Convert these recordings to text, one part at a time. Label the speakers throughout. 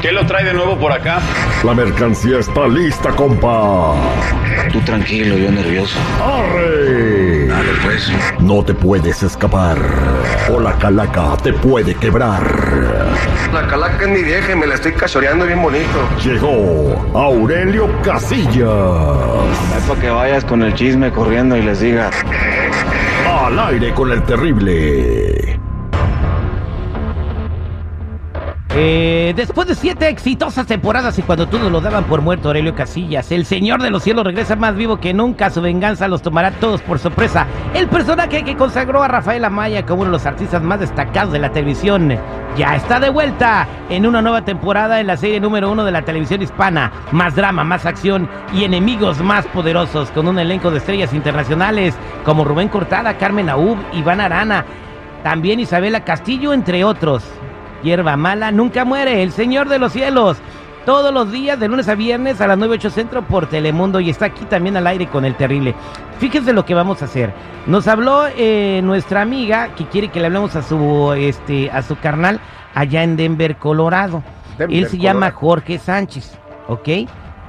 Speaker 1: ¿Qué lo trae de nuevo por acá?
Speaker 2: La mercancía está lista, compa.
Speaker 3: Tú tranquilo, yo nervioso.
Speaker 2: ¡Arre!
Speaker 3: Dale, pues.
Speaker 2: No te puedes escapar. O la calaca te puede quebrar.
Speaker 4: La calaca es mi vieja y me la estoy cachoreando bien bonito.
Speaker 2: Llegó Aurelio Casillas.
Speaker 3: Es para que vayas con el chisme corriendo y les digas.
Speaker 2: Al aire con el terrible.
Speaker 5: Eh, después de siete exitosas temporadas y cuando todos lo daban por muerto Aurelio Casillas, el Señor de los Cielos regresa más vivo que nunca, su venganza los tomará todos por sorpresa. El personaje que consagró a Rafael Amaya como uno de los artistas más destacados de la televisión ya está de vuelta en una nueva temporada en la serie número uno de la televisión hispana. Más drama, más acción y enemigos más poderosos con un elenco de estrellas internacionales como Rubén Cortada, Carmen Aub, Iván Arana, también Isabela Castillo, entre otros. Hierba mala nunca muere, el Señor de los cielos. Todos los días, de lunes a viernes a las 9.8 Centro por Telemundo y está aquí también al aire con el terrible. Fíjense lo que vamos a hacer. Nos habló eh, nuestra amiga que quiere que le hablemos a su, este, a su carnal allá en Denver, Colorado.
Speaker 4: Denver,
Speaker 5: Él se
Speaker 4: Colorado.
Speaker 5: llama Jorge Sánchez, ¿ok?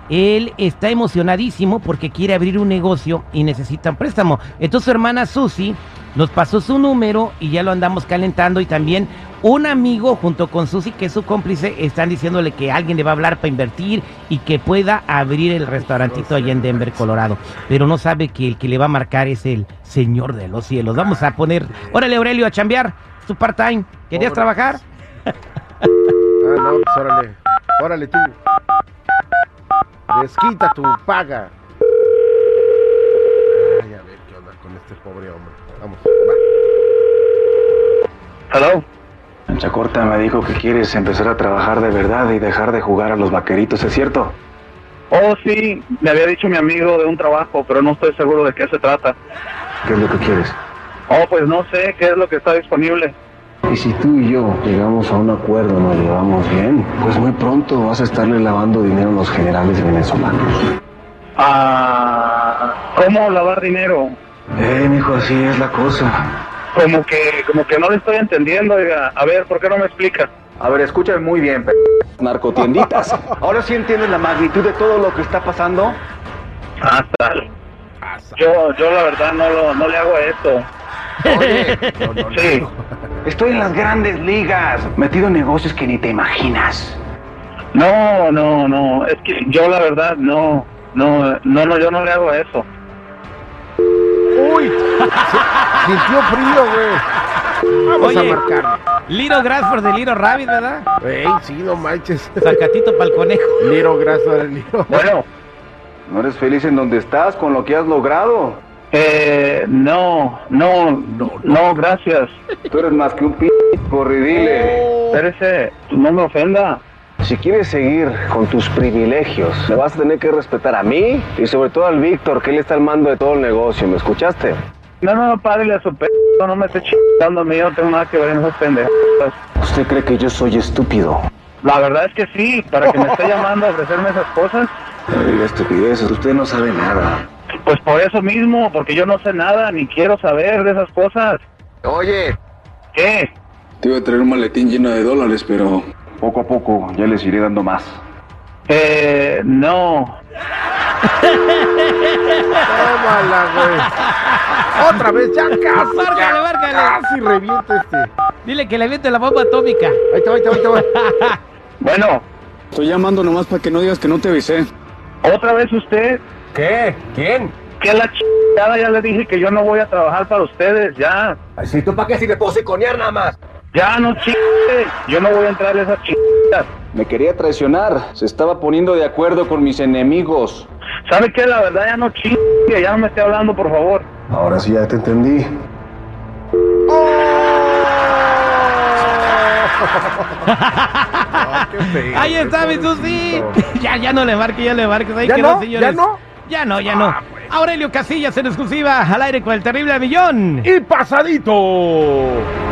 Speaker 5: Él está emocionadísimo porque quiere abrir un negocio y necesita un préstamo. Entonces su hermana Susi nos pasó su número y ya lo andamos calentando y también un amigo junto con Susi, que es su cómplice, están diciéndole que alguien le va a hablar para invertir y que pueda abrir el restaurantito allá en Denver, Colorado. Pero no sabe que el que le va a marcar es el Señor de los Cielos. Vamos a poner, órale Aurelio, a chambear, es tu part-time.
Speaker 4: Órale.
Speaker 5: ¿Querías trabajar?
Speaker 4: Ah, no, pues órale. Órale tú. Desquita tu paga. Ay, a ver qué onda con este pobre hombre. Vamos, va.
Speaker 3: Hello. Ancha Corta me dijo que quieres empezar a trabajar de verdad y dejar de jugar a los vaqueritos, ¿es cierto?
Speaker 6: Oh, sí, me había dicho mi amigo de un trabajo, pero no estoy seguro de qué se trata.
Speaker 3: ¿Qué es lo que quieres?
Speaker 6: Oh, pues no sé qué es lo que está disponible.
Speaker 3: Y si tú y yo llegamos a un acuerdo, nos llevamos bien, pues muy pronto vas a estarle lavando dinero a los generales venezolanos.
Speaker 6: Ah, ¿cómo lavar dinero?
Speaker 3: Eh, mijo, así es la cosa.
Speaker 6: Como que, como que no le estoy entendiendo, oiga. A ver, ¿por qué no me explica?
Speaker 7: A ver, escúchame muy bien, p- narcotienditas. Ahora sí entiendes la magnitud de todo lo que está pasando.
Speaker 6: Ah, tal. Yo, yo la verdad no, lo, no le hago a esto.
Speaker 7: Oye,
Speaker 6: Sí.
Speaker 7: estoy en las grandes ligas, metido en negocios que ni te imaginas.
Speaker 6: No, no, no. Es que yo la verdad no, no, no, no yo no le hago a eso.
Speaker 4: Uy, se- sintió frío, güey. Vamos
Speaker 5: Oye.
Speaker 4: a marcarle.
Speaker 5: Little Grass for the Little Rabbit, ¿verdad?
Speaker 4: Ey, sí, no manches.
Speaker 5: Sacatito para el conejo.
Speaker 4: Liro graso del Liro.
Speaker 6: Bueno,
Speaker 7: No eres feliz en donde estás con lo que has logrado.
Speaker 6: eh, no, no, no, no, gracias.
Speaker 7: Tú eres más que un p corridile.
Speaker 6: Espérese, no me ofenda.
Speaker 7: Si quieres seguir con tus privilegios, me vas a tener que respetar a mí y sobre todo al Víctor, que él está al mando de todo el negocio. ¿Me escuchaste?
Speaker 6: No, no, no, párele a su p... No me esté chingando a mí, yo no tengo nada que ver en esas pendejadas.
Speaker 7: ¿Usted cree que yo soy estúpido?
Speaker 6: La verdad es que sí, para que me esté llamando a ofrecerme esas cosas,
Speaker 7: No diga estupideces, usted no sabe nada.
Speaker 6: pues por eso mismo, porque yo no sé nada, ni quiero saber de esas cosas.
Speaker 7: Oye,
Speaker 6: ¿Qué?
Speaker 8: Te iba a traer un maletín lleno de dólares, pero
Speaker 7: poco a poco ya les iré dando más.
Speaker 6: Eh, no.
Speaker 4: Tómala, güey. Otra vez, ya casi.
Speaker 5: Márcale,
Speaker 4: Pues ya
Speaker 5: márcale.
Speaker 4: Casi revienta este.
Speaker 5: Dile que le aviente la bomba atómica.
Speaker 4: Ahí te va, ahí te va, ahí te va.
Speaker 6: Bueno,
Speaker 8: Estoy llamando nomás para que no digas que no te avisé.
Speaker 6: otra vez usted,
Speaker 9: ¿Qué? ¿Quién?
Speaker 6: que la chingada ya le dije que yo no voy a trabajar para ustedes, ya.
Speaker 9: Si tú para qué si me puedo siconear nada más.
Speaker 6: Ya no chingue, yo no voy a entrar a esas chingadas.
Speaker 7: Me quería traicionar. Se estaba poniendo de acuerdo con mis enemigos.
Speaker 6: ¿Sabe qué? La verdad ya no chingue, ya no me esté hablando, por favor.
Speaker 7: Ahora sí ya te entendí.
Speaker 5: Ahí está, mi Susi. Ya, ya no le marque, ya le marques. Ahí
Speaker 4: ¿Ya
Speaker 5: quedó,
Speaker 4: no?
Speaker 5: señores.
Speaker 4: ¿Ya no? Ah, pues.
Speaker 5: Ya no, ya no. Aurelio Casillas en exclusiva al aire con el terrible millón.
Speaker 4: Y pasadito.